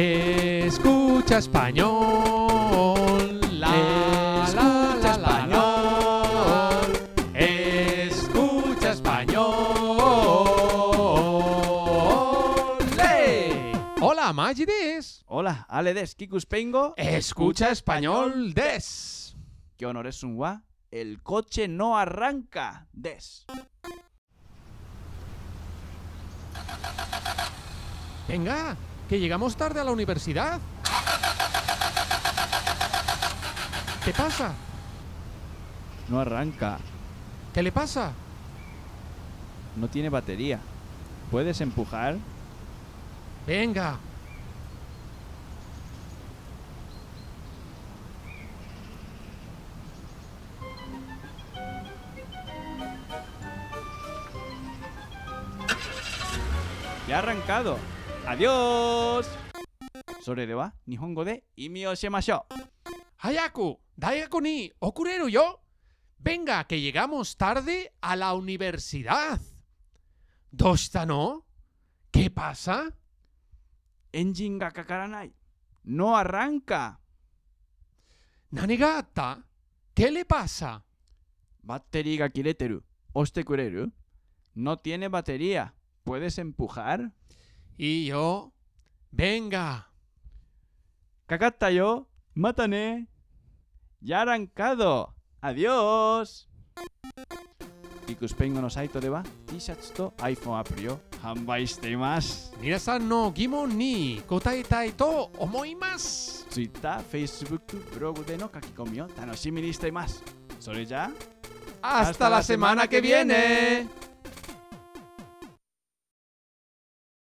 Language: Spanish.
Escucha español. La, la, la, la, la. Escucha español. ¡Ey! Hola, Magides. Hola, Ale des, Kikus Pengo. Escucha español des. ¿Qué honor es un gua? El coche no arranca, des. Venga, que llegamos tarde a la universidad. ¿Qué pasa? No arranca, ¿Qué le pasa? no tiene batería. ¿Puedes empujar? Venga. Ya ha arrancado. ¡Adiós! Sobre de wa, Nihongo de Imio Shemashou. Hayaku, Daigaku ni Okurero yo. Venga, que llegamos tarde a la universidad. ¿Dosta no? ¿Qué pasa? Engine ga kakaranai. No arranca. Nanigata, ¿qué le pasa? Battery ga kireteru. Oste kureru. No tiene batería. ¿Puedes empujar? Y yo, venga. Kakata yo. Mátane. Ya ha arrancado. Adiós. Kikuspengo no saito de wa T-shirts to iPhone app を販売しています。 Minasan no gimon ni kotaetai to omoimasu. Twitter、Facebook、ブログでの書き込みを楽しみにしています。それじゃあ。 Hasta la semana que viene.